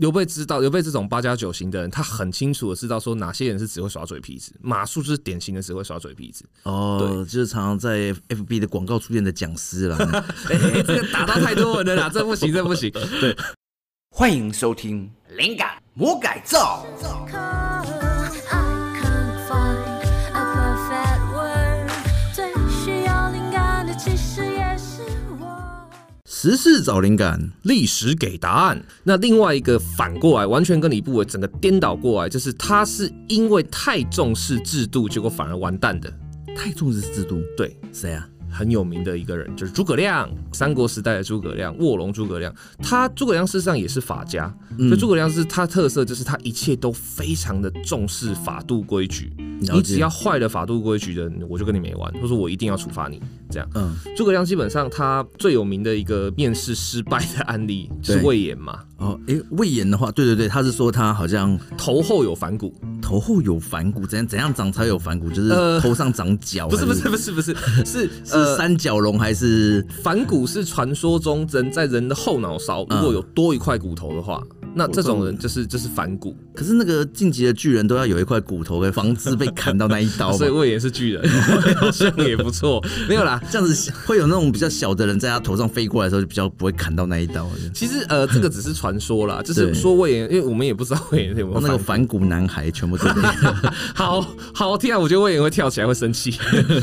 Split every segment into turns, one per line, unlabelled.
刘备知道刘备这种八加九型的人，他很清楚的知道说哪些人是只会耍嘴皮子，马谡就是典型的只会耍嘴皮子。
哦，就是常常在 FB 的广告出现的讲师啦。
哎、欸这个打到太多人了 啦，这不行，这不行。对，
欢迎收听《灵感魔改造》。
I can't find a perfect word，最需要灵感的其实也是我。
时事找灵感，
历史给答案。那另外一个反过来，完全跟李不韦整个颠倒过来，就是他是因为太重视制度，结果反而完蛋的。
太重视制度，
对，
谁啊？
很有名的一个人就是诸葛亮，三国时代的诸葛亮，卧龙诸葛亮。他诸葛亮事实上也是法家，
嗯
所以诸葛亮是他特色就是他一切都非常的重视法度规矩。
了解
你只要坏了法度规矩的，我就跟你没完，或者我一定要处罚你。这样，
嗯，
诸葛亮基本上他最有名的一个面试失败的案例就是
对
魏延嘛，
哦，诶，魏延的话，对对对，他是说他好像
头后有反
哦
骨，
头后有反骨，怎样怎样长才有反骨，就是
呃
头上长角，
不是
还
不是不是不是是
是
呃。
三角龙还是
反骨是传说中人在人的后脑勺，如
嗯
果有多一块骨头的话，那这种人就是就是反骨。
可是那个晋级的巨人都要有一块骨头，防止被砍到那一刀嘛
所以。魏延是巨人，好像也不错。没有啦，
这样子会有那种比较小的人在他头上飞过来的时候，就比较不会砍到那一刀。
其实呃，这个只是传说啦，就是
对
说魏延，因为我们也不知道魏延有没有
哦那个
反。
反骨男孩全部都被
好好天啊，我觉得魏延会跳起来会生 气。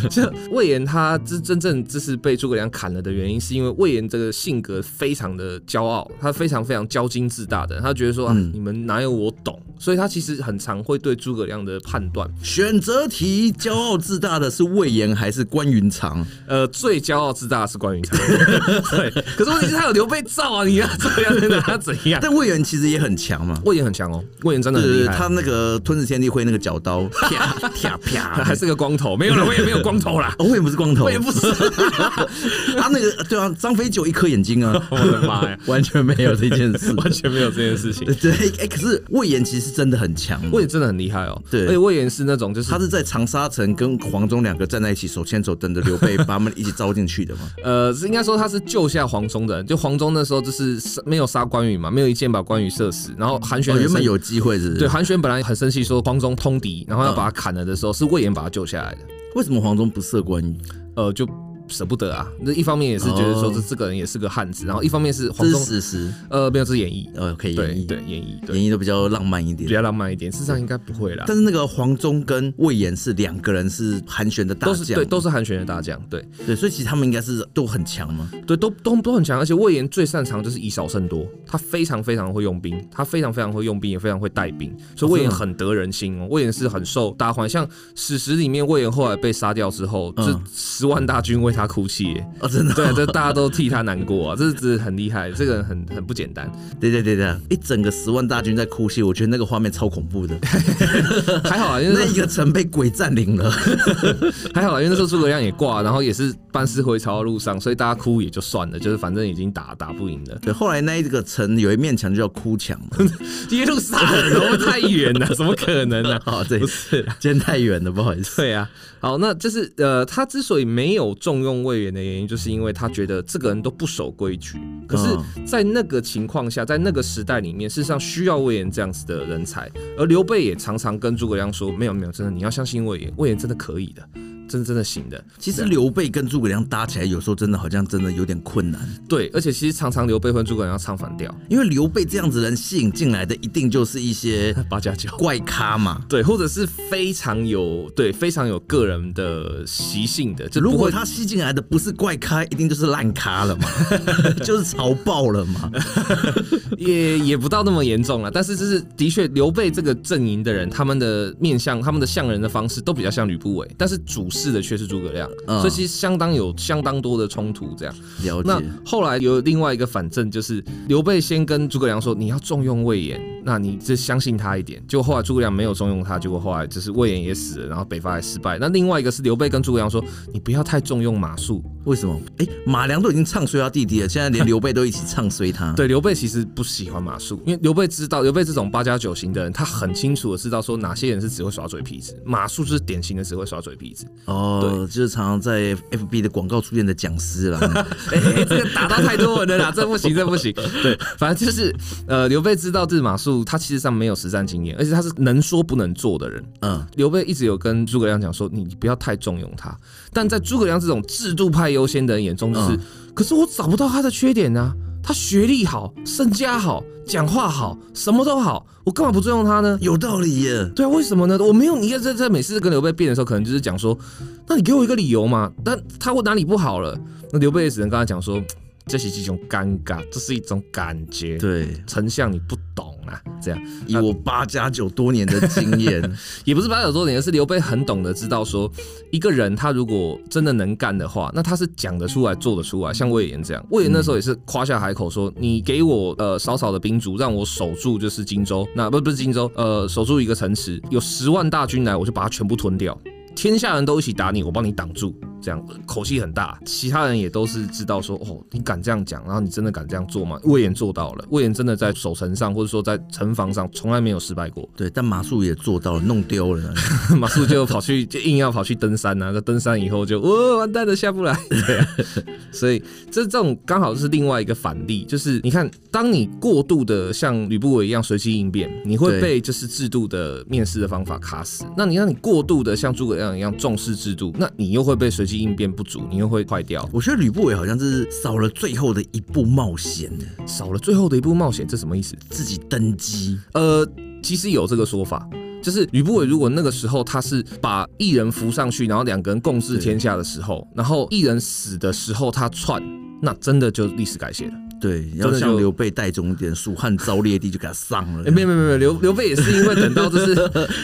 就魏延他真真正就是被诸葛亮砍了的原因，是因为魏延这个性格非常的骄傲，他非常非常骄矜自大的，他觉得说、啊
嗯
你们哪有我懂，所以他其实很常会对诸葛亮的判断，
选择题，骄傲自大的是魏延还是关云长？
呃，最骄傲自大的是关云 长。对，可是问题是他有刘备罩啊，你要这样能拿他怎样？
但魏延其实也很强嘛。
魏延很强哦，魏延真的
对
很
对
厉
对，
害。
他那个吞噬天地会那个脚刀， 啪啪
他
啪。
还。是个光头，没有 了，我也没有光头啦
哦，魏延不是光头，
我也不是，
他那个对啊，张飞只有一颗眼睛啊，
我的妈呀，
完全没有这件事。
完全没有这件事情
对。对，哎、可是魏延其实真的很强，
魏延真的很厉害哦，
对
而且魏延是那种就是
他是在长沙城跟黄忠两个站在一起，手牵手等着刘备把他们一起招进去的 嘛。
呃，是应该说他是救下黄忠的人，就黄忠那时候就是杀没有杀关羽嘛，没有一箭把关羽射死，然后韩
哦，
玄
原本
很生
有机会是不是
对，韩玄本来很生气说黄忠通敌，然后要把他砍了的时候，是魏延把他救下来的，
为什么黄忠不射关羽？
呃，就舍不得啊，那一方面也是觉得说这这个人也是个汉子，然后一方面是
哦这
黄
是
忠
史实，
呃没有这是演绎，
呃，可以演
对
绎，
对演绎对
演绎都比较浪漫一
比
点。
较浪漫一点，事实上应该不会啦。
但是那个黄忠跟魏延是两个人是韩玄的大
都
将，
是对，都是韩玄的大将，对
对所以其实他们应该是都很强嘛。
对，都都都很强，而且魏延最擅长就是以少胜多，他非常非常会用兵，他非常非常会用兵，也非常会带兵，所以魏延
哦真的吗
很得人心哦。魏延是很受大家欢迎，像史实里面魏延后来被杀掉之后，
嗯
这十万大军为他哭泣耶，
哦，真的，
对，这大家都替他难过啊，这这很厉害，这个人很很不简单。
对对对对，一整个十万大军在哭泣，我觉得那个画面超恐 怖的。
还好啊，因为
那
那
一个城被鬼占领了，
还好啊，因为那时候诸葛亮也挂，然后也是班师回朝的路上，所以大家哭也就算了，就是反正已经打打不赢 了。
对，后来那一个城有一面墙就叫哭墙 嘛。
一路杀人，会不会太远了， 怎么可能呢、
哦，对，
啊不是啦
今天太远了，不好意思。
对啊，好，那就是呃，他之所以没有重用魏延的原因，就是因为他觉得这个人都不守规矩。可是，在那个情况下，在那个时代里面，事实上需要魏延这样子的人才。而刘备也常常跟诸葛亮说：“没有，没有，真的，你要相信魏延，魏延真的可以的，真的真的行的。”
其实刘备跟诸葛亮搭起来，有时候真的好像真的有点困难，
对，而且其实常常刘备和诸葛亮要唱反调，
因为刘备这样子人吸引进来的，一定就是一些
八加九。
怪咖嘛。
对，或者是非常有对非常有个人的习性的，就不
如果
会
他吸进来的不是怪咖，一定就是烂咖了 嘛，就是潮爆了嘛。
也也不到那么严重啊了，但是就是的确，刘备这个阵营的人，他们的面相、他们的相人的方式都比较像吕不韦，但是主事的却是诸葛亮，
嗯
所以其实相当有相当多的冲突。这样，
了
那
解，
后来有另外一个反证，就是刘备先跟诸葛亮说：“你要重用魏延，那你就相信他一点。结果后来诸葛亮没有重用他，结果后来就是魏延也死了，然后北伐也失败。那另外一个是刘备跟诸葛亮说，你不要太重用马谡。
为什么？哎，马良都已经唱衰他弟弟了，现在连刘备都一起唱衰他。
对，刘备其实不喜欢马谡，因为刘备知道刘备这种八加九型的人，他很清楚的知道说哪些人是只会耍嘴皮子，马谡就是典型的只会耍嘴皮子。
哦，就是常常在 FB 的广告出现的讲师 啦。
哎、欸，这个打到太多人了啦，这不行，这不行。对，反正就是呃，刘备知道这马谡他其实上没有实战经验，而且他是能说不能做的人。
嗯，
刘备一直有跟诸葛亮讲说，你不要太重用他。但在诸葛亮这种制度派优先的人眼中，就是、
嗯
可是我找不到他的缺点啊。他学历好，身家好，讲话好，什么都好，我干嘛不重用他呢？
有道理耶。
对啊，为什么呢？我没有你在在在每次跟刘备辩的时候，可能就是讲说，那你给我一个理由嘛。但他我哪里不好了？那刘备也只能跟他讲说，这是一种尴尬，这是一种感觉。，
对，
丞相你不懂啊，这样
以我八加九多年的经 验，
也不是八九多点，而是刘备很懂得知道说，一个人他如果真的能干的话，那他是讲得出来、做得出来。像魏延这样，魏延那时候也是夸下海口说：“你给我呃少少的兵卒，让我守住就是荆州，那不不是荆州，呃守住一个城池，有十万大军来，我就把它全部吞掉。”天下人都一起打你，我帮你挡住，这样呃口气很大。其他人也都是知道说，哦，你敢这样讲，然后你真的敢这样做吗？魏延做到了，魏延真的在守城上，或者说在城防上，从来没有失败过。
对，但马谡也做到了，弄丢了。
马谡就跑去，就硬要跑去登山呐、啊。那登山以后就，哦，完蛋了，下不来。 对啊、所以这这种刚好是另外一个反例，就是你看，当你过度的像吕不韦一样随机应变，你会
对
被就是制度的面试的方法卡死。那你让你过度的像诸葛亮一样重视制度，那你又会被随机应变不足，你又会坏掉，
我觉得吕不韦好像是少了最后的一步冒险，
少了最后的一步冒险，这什么意思？
自己登基。
呃，其实有这个说法，就是吕不韦如果那个时候他是把异人扶上去，然后两个人共治天下的时候，然后异人死的时候他篡，那真的就历史改写了。
对，要
真的
像
就
刘备带种一点，蜀汉遭裂地就给他上了。
哎、没有没有没有，刘刘备也是因为等到就是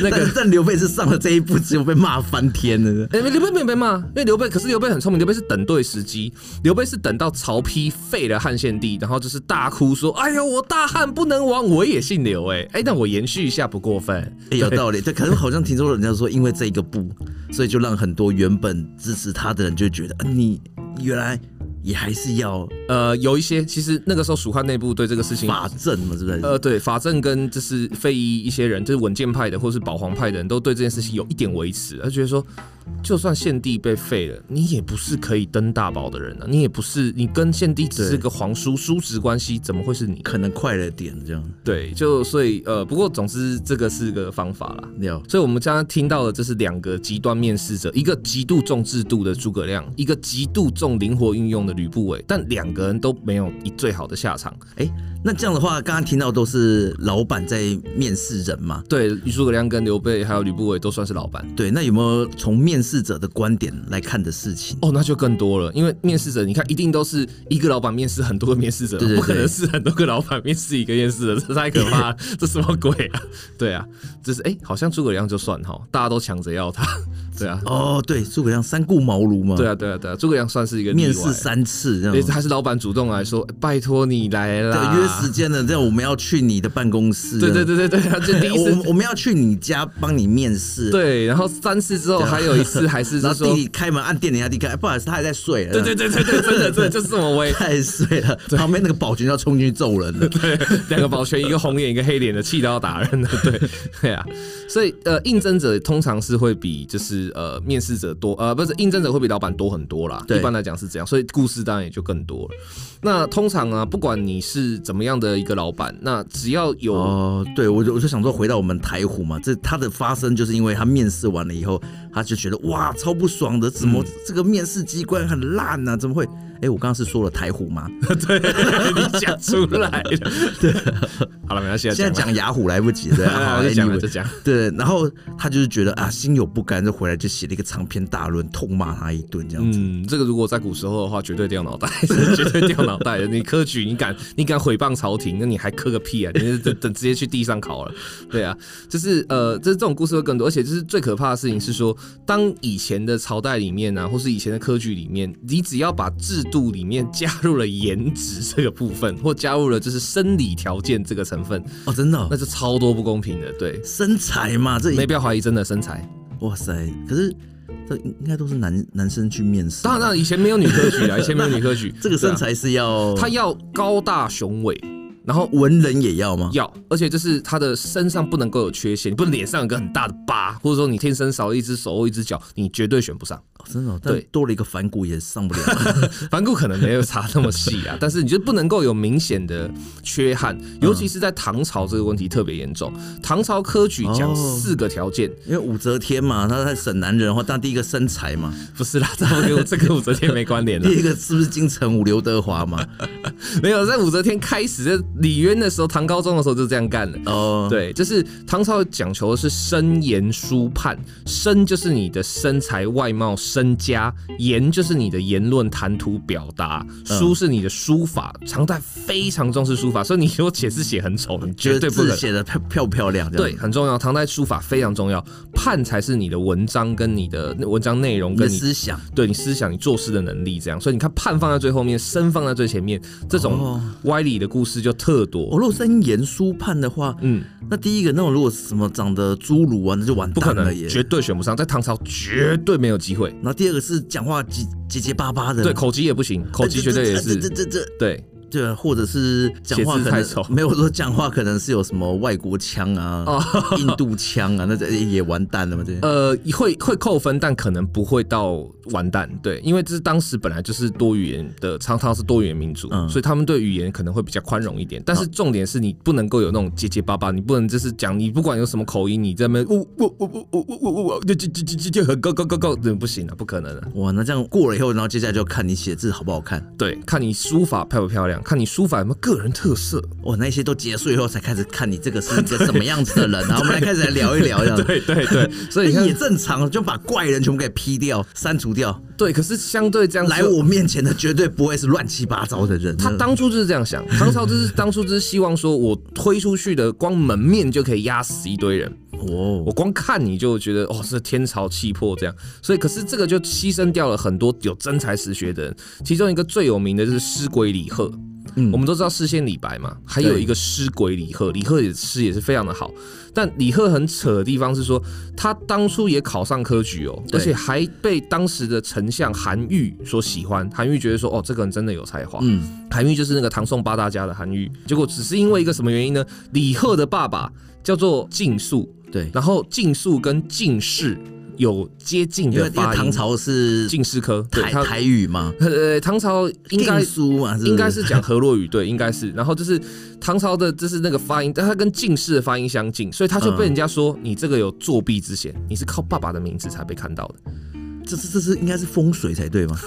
那
但
个。
但刘备是上了这一步，只有被骂翻天 了。
哎，刘备没有被骂，因为刘备可是刘备很聪明，刘备是等对时机，刘备是等到曹丕废了汉献帝，然后就是大哭说：“哎呦，我大汉不能亡，我也姓刘。”哎，哎，那我延续一下不过分。
欸有道理，对，可是好像听说人家说，因为这一个不，所以就让很多原本支持他的人就觉得，啊、你原来也还是要
呃，有一些其实那个时候蜀汉内部对这个事情
法正嘛，是不是？
嗯呃，对，法正跟就是非遗一些人，就是稳健派的或是保皇派的人都对这件事情有一点维持，他觉得说，就算献帝被废了，你也不是可以登大宝的人啊，你也不是，你跟献帝只是
对
个皇叔叔侄关系，怎么会是你？啊
可能快了点这样
对，就所以呃，不过总之这个是个方法啦。
料。
所以我们刚刚听到的，这是两个极端面试者，一个极度重制度的诸葛亮，一个极度重灵活运用的吕不韦，但两个人都没有以最好的下场。
哎、那这样的话，刚刚听到都是老板在面试人嘛？
对，诸葛亮跟刘备还有吕不韦都算是老板。
对，那有没有从面试者的观点来看的事情？
哦，那就更多了，因为面试者，你看一定都是一个老板面试很多个面试者，
对对对
不可能是很多个老板面试一个面试者，这太可怕了，这什么鬼啊？对啊，就是哎、好像诸葛亮就算哈，大家都抢着要他，对啊，
哦，对，诸葛亮三顾茅庐嘛，
对，啊，对啊，对啊，诸葛亮算是一个例
面
外
试，三次这样
而且。还是老板主动来说，哎拜托你来啦，
对，约时。间了，这样我们要去你的办公室。
啊对对对对对，他就第一
我们
次
我们要去你家帮你面试。
对，然后三次之后还有一次还是
啊 然
就
后
说
弟，弟开门按电铃，他弟弟开，不好意思，他还在睡。
对对，对对对，真的真的就是这么威，
太睡 了。旁边那个保全要冲进去揍人了。
对，两个保全，一个红脸，一个黑脸的，气到要打人的，对， 对啊，所以呃，应征者通常是会比就是呃面试者多，呃不是应征者会比老板多很多啦，
对
一般来讲是这样，所以故事当然也就更多了。那通常啊，不管你是怎么样的一个老板，那只要有、
哦，对，我就我就想说，回到我们台虎嘛，这他的发生就是因为他面试完了以后，他就觉得哇，超不爽的，怎
嗯
么这个面试机关很烂呢、啊？怎么会？哎，我刚刚是说了台虎吗？
你讲出来了，对， 好了，没关系啊，
现在
讲，
讲雅虎来不及了
好
好
哦就讲了
anyway
就讲
对，然后他就是觉得啊，心有不甘，就回来就写了一个长篇大论，痛骂他一顿这样子。
嗯，这个如果在古时候的话，绝对掉 脑袋，是绝对掉脑袋的。你科举，你敢你敢毁谤朝廷，那你还科个屁啊！你等等直接去地上烤 了。对啊，就是呃，这这种故事会更多，而且就是最可怕的事情是说，当以前的朝代里面呢、啊，或是以前的科举里面，你只要把制度里面加入了颜值这个部分，或加入了就是生理条件这个成分，
哦，真的哦、
那是超多不公平的。对，
身材嘛，这
没
一
必要怀疑真的身材。
哇塞，可是这应该都是男男生去面试，
当然啦，以前没有女科举啊啦，以前没有女科举，
这个身
对啊，
材是要
他要高大雄伟，然后
文人也要吗？
要，而且就是他的身上不能够有缺陷，你不能脸上有个很大的疤，或者说你天生少了一只手或一只脚，你绝对选不上。
哦真的、哦，但
对
多了一个反骨也上不了。
反骨可能没有查那么细啊，但是你就不能够有明显的缺憾，尤其是在唐朝这个问题特别严重。唐朝科举讲
哦
四个条件，
因为武则天嘛，她在审男人的话，但第一个身材嘛，
不是啦，这个跟这跟武则天没关 联了
第。一个是不是金城武、刘德华嘛？
没有，在武则天开始在李渊的时候，唐高宗的时候就这样干了。
哦，，
对，就是唐朝讲求的是身颜书判，身就是你的身材、外貌、身家，言就是你的言论、谈吐、表达，
嗯
书是你的书法。唐代非常重视书法，所以你如果写字写很丑，你
觉
绝
得
对不
字
能。
写的漂漂不漂亮这
对，
样子，
很重要。唐代书法非常重要，判才是你的文章跟你的文章内容
你的
跟你
思想
对你思想、你做事的能力这样。所以你看，判放在最后面，身放在最前面，这种
哦
歪理的故事就特
我、哦、
多。
如果真严书判的话，
嗯，
那第一个那种如果什么长得侏儒啊，那就完
不可
蛋了
能
耶，。
绝对选不上，在唐朝绝对没有机会。
然后第二个是讲话结结结巴巴的，
对，口疾也不行，口疾绝对也
哎这
是
这这这
对。
对，或者是讲话
写字
可
太丑哦
能 没有我说讲话可能是有什么外国腔 啊、印度腔啊，那这也完蛋了嘛，这。
呃，会会扣分，但可能不会到完蛋，对，因为这是当时本来就是多语言的，常常是多语言民族，
嗯
所以他们对语言可能会比较宽容一点。但是重点是你不能够有那种结结巴巴，你不能就是讲你不管有什么口音，你这边呜呜呜呜呜呜呜呜，就就就就就很高高高高，这不行啊，不可能啊。
哇，那这样过了以后，然后接下来就看你写字好不好看。
对，看你书法漂不漂亮，看你书法有没有个人特色，
哇，那些都结束以后才开始看你这个是一个什么样子的人，然后我们来开始来聊一聊这样 子。
对对对，所以你
嗯那也
看，
正常，就把怪人全部给劈掉、删除掉。
对，可是相对这样
来
说
我面前的绝对不会是乱七八糟的人。嗯
他当初就是这样想，唐朝就是当初就是希望说，我推出去的光门面就可以压死一堆人，我
哦，
光看你就觉得哦是天朝气魄这样，所以可是这个就牺牲掉了很多有真才实学的人，其中一个最有名的就是诗鬼李贺，
嗯
我们都知道诗仙李白嘛，还有一个诗鬼李贺，李贺也诗也是非常的好，但李贺很扯的地方是说，他当初也考上科举哦，而
对
且还被当时的丞相韩愈所喜欢，韩愈觉得说哦这个人真的有才华，
嗯，
韩愈就是那个唐宋八大家的韩愈，结果只是因为一个什么原因呢？李贺的爸爸叫做靳素，
对，
然后靳素跟靳氏有接近
因为
的
因为
发音。
唐朝是
靳氏科，对
台
他
台语嘛，
呃唐朝应该
定书啊嘛，不
应该是讲河洛语，对，应该是。然后就是唐朝的，就是那个发音，但它跟近氏的发音相近，所以他就
嗯
被人家说、你这个有作弊之嫌，你是靠爸爸的名字才被看到的。
这是这是应该是风水才对吗？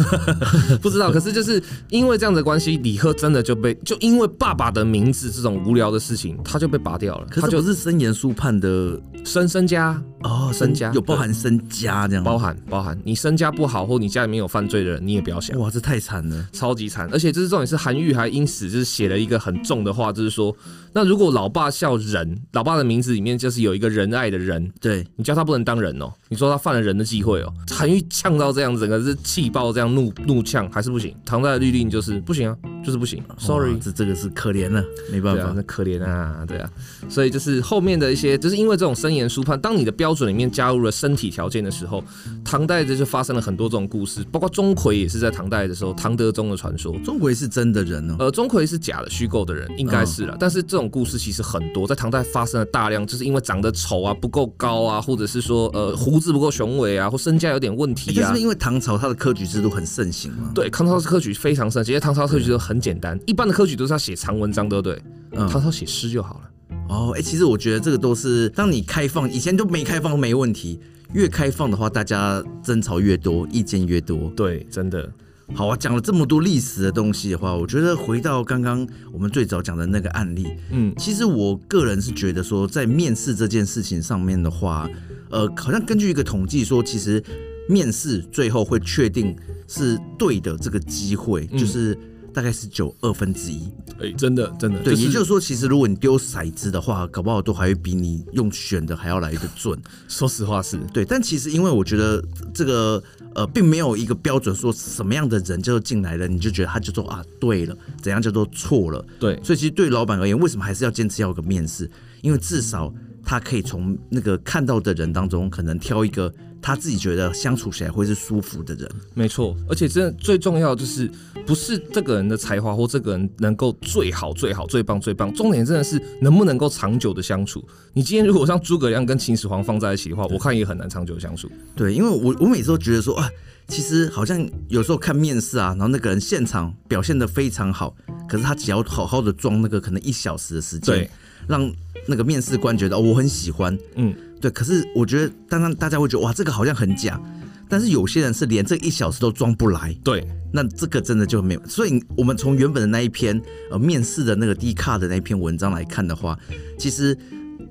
不 知道，可是就是因为这样的关系，李贺真的就被就因为爸爸的名字这种无聊的事情，他就被拔掉了。
可
他
是
就
不是森严书判的
身身家
哦，
身家
有包含身家这样，
包含包含，你身家不好或你家里面有犯罪的人，你也不要想。
哇，这太惨了。
超级惨，而且这是重点是韩愈还因此就是写了一个很重的话，就是说，那如果老爸叫仁，老爸的名字里面就是有一个仁爱的仁，
对，
你叫他不能当人哦，你说他犯了人的忌讳哦。韩愈呛到这样，整个是气爆，这样怒怒呛还是不行。唐代的律令就是不行啊，就是不行
哇
，sorry。
这这个是可怜了，没办
对啊，
法
那。可怜啊，对啊，所以就是后面的一些，就是因为这种森严书判，当你的标准里面加入了身体条件的时候，唐代这就发生了很多这种故事，包括钟馗也是在唐代的时候，唐德宗的传说，
钟馗是真的人哦，
呃，钟馗是假的，虚构的人应该是了、但是这种故事其实很多，在唐代发生了大量，就是因为长得丑啊、不够高啊，或者是说呃胡子不够雄伟啊，或身价有点问
诶
题
但是
啊
哎不是。因为唐朝它的科举制度很盛行嘛？
对，唐朝科举非常盛行，因为唐朝科举都很简单，一般的科举都是要写长文章，对不对？
嗯
唐朝写诗就好了。
哦，哎、其实我觉得这个都是，当你开放，以前都没开放没问题，越开放的话，大家争吵越多，意见越多。
对，真的，
好啊，讲了这么多历史的东西的话，我觉得回到刚刚我们最早讲的那个案例，
嗯，
其实我个人是觉得说，在面试这件事情上面的话，呃，好像根据一个统计说，其实面试最后会确定是对的这个机会，就是大概是九二分之一。
哎、真的真的，
对，也
是
就是说，其实如果你丢骰子的话，搞不好都还会比你用选的还要来的准。
说实话是，
对，但其实因为我觉得这个呃，并没有一个标准说什么样的人就进来了，你就觉得他就说啊对了，怎样叫做错了。
对
所以其实对老板而言，为什么还是要坚持要有个面试？因为至少他可以从那个看到的人当中，可能挑一个他自己觉得相处起来会是舒服的人。
没错，而且真的最重要的就是，不是这个人的才华或这个人能够最好、最好、最棒、最棒，重点真的是能不能够长久的相处。你今天如果让诸葛亮跟秦始皇放在一起的话，我看也很难长久地相处。
对，因为我我每次都觉得说啊，其实好像有时候看面试啊，然后那个人现场表现的非常好，可是他只要好好的装那个可能一小时的时间
对，
让那个面试官觉得、哦、我很喜欢，
嗯，
对。可是我觉得，当然大家会觉得哇，这个好像很假，但是有些人是连这一小时都装不来，
对，
那这个真的就没有。所以，我们从原本的那一篇呃面试的那个 D 卡的那一篇文章来看的话，其实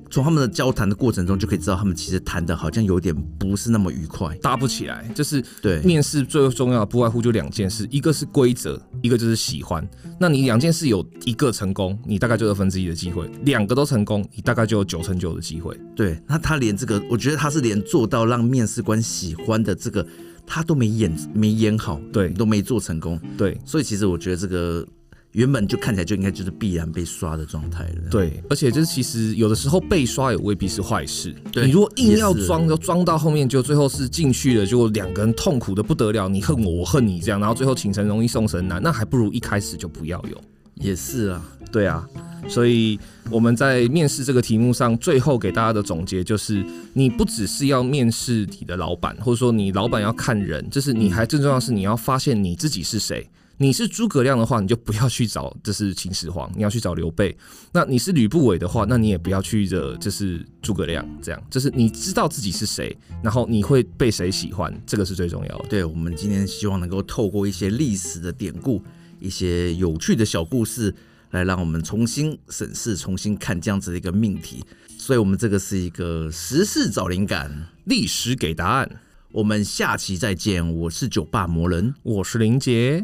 从他们的交谈的过程中就可以知道，他们其实谈的好像有点不是那么愉快。
搭不起来。就是
对
面试最重要的不外乎就两件事，一个是规则，一个就是喜欢。那你两件事有一个成功，你大概就二分之一的机会；两个都成功，你大概就有九成九的机会。
对，那他连这个，我觉得他是连做到让面试官喜欢的这个，他都没演没演好，
对
都没做成功。
对，
所以其实我觉得这个原本就看起来就应该就是必然被刷的状态了。
对，而且就是其实有的时候被刷也未必是坏事。
对
你如果硬要
也是
装，就装到后面就最后是进去了，结果两个人痛苦的不得了，你恨我，我恨你这样，然后最后请神容易送神难，那还不如一开始就不要有。
也是啊，
对啊，所以我们在面试这个题目上，最后给大家的总结就是：你不只是要面试你的老板，或者说你老板要看人，就是你还最重要的是你要发现你自己是谁。你是诸葛亮的话，你就不要去找就是秦始皇，你要去找刘备。那你是吕不韦的话，那你也不要去惹就是诸葛亮，这样就是你知道自己是谁，然后你会被谁喜欢，这个是最重要的。
对我们今天希望能够透过一些历史的典故，一些有趣的小故事，来让我们重新审视、重新看这样子的一个命题。所以，我们这个是一个时事找灵感。
历史给答案，
我们下期再见，我是酒吧魔人，
我是林杰，